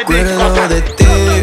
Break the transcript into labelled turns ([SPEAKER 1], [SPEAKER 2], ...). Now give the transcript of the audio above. [SPEAKER 1] acuerdo de ti.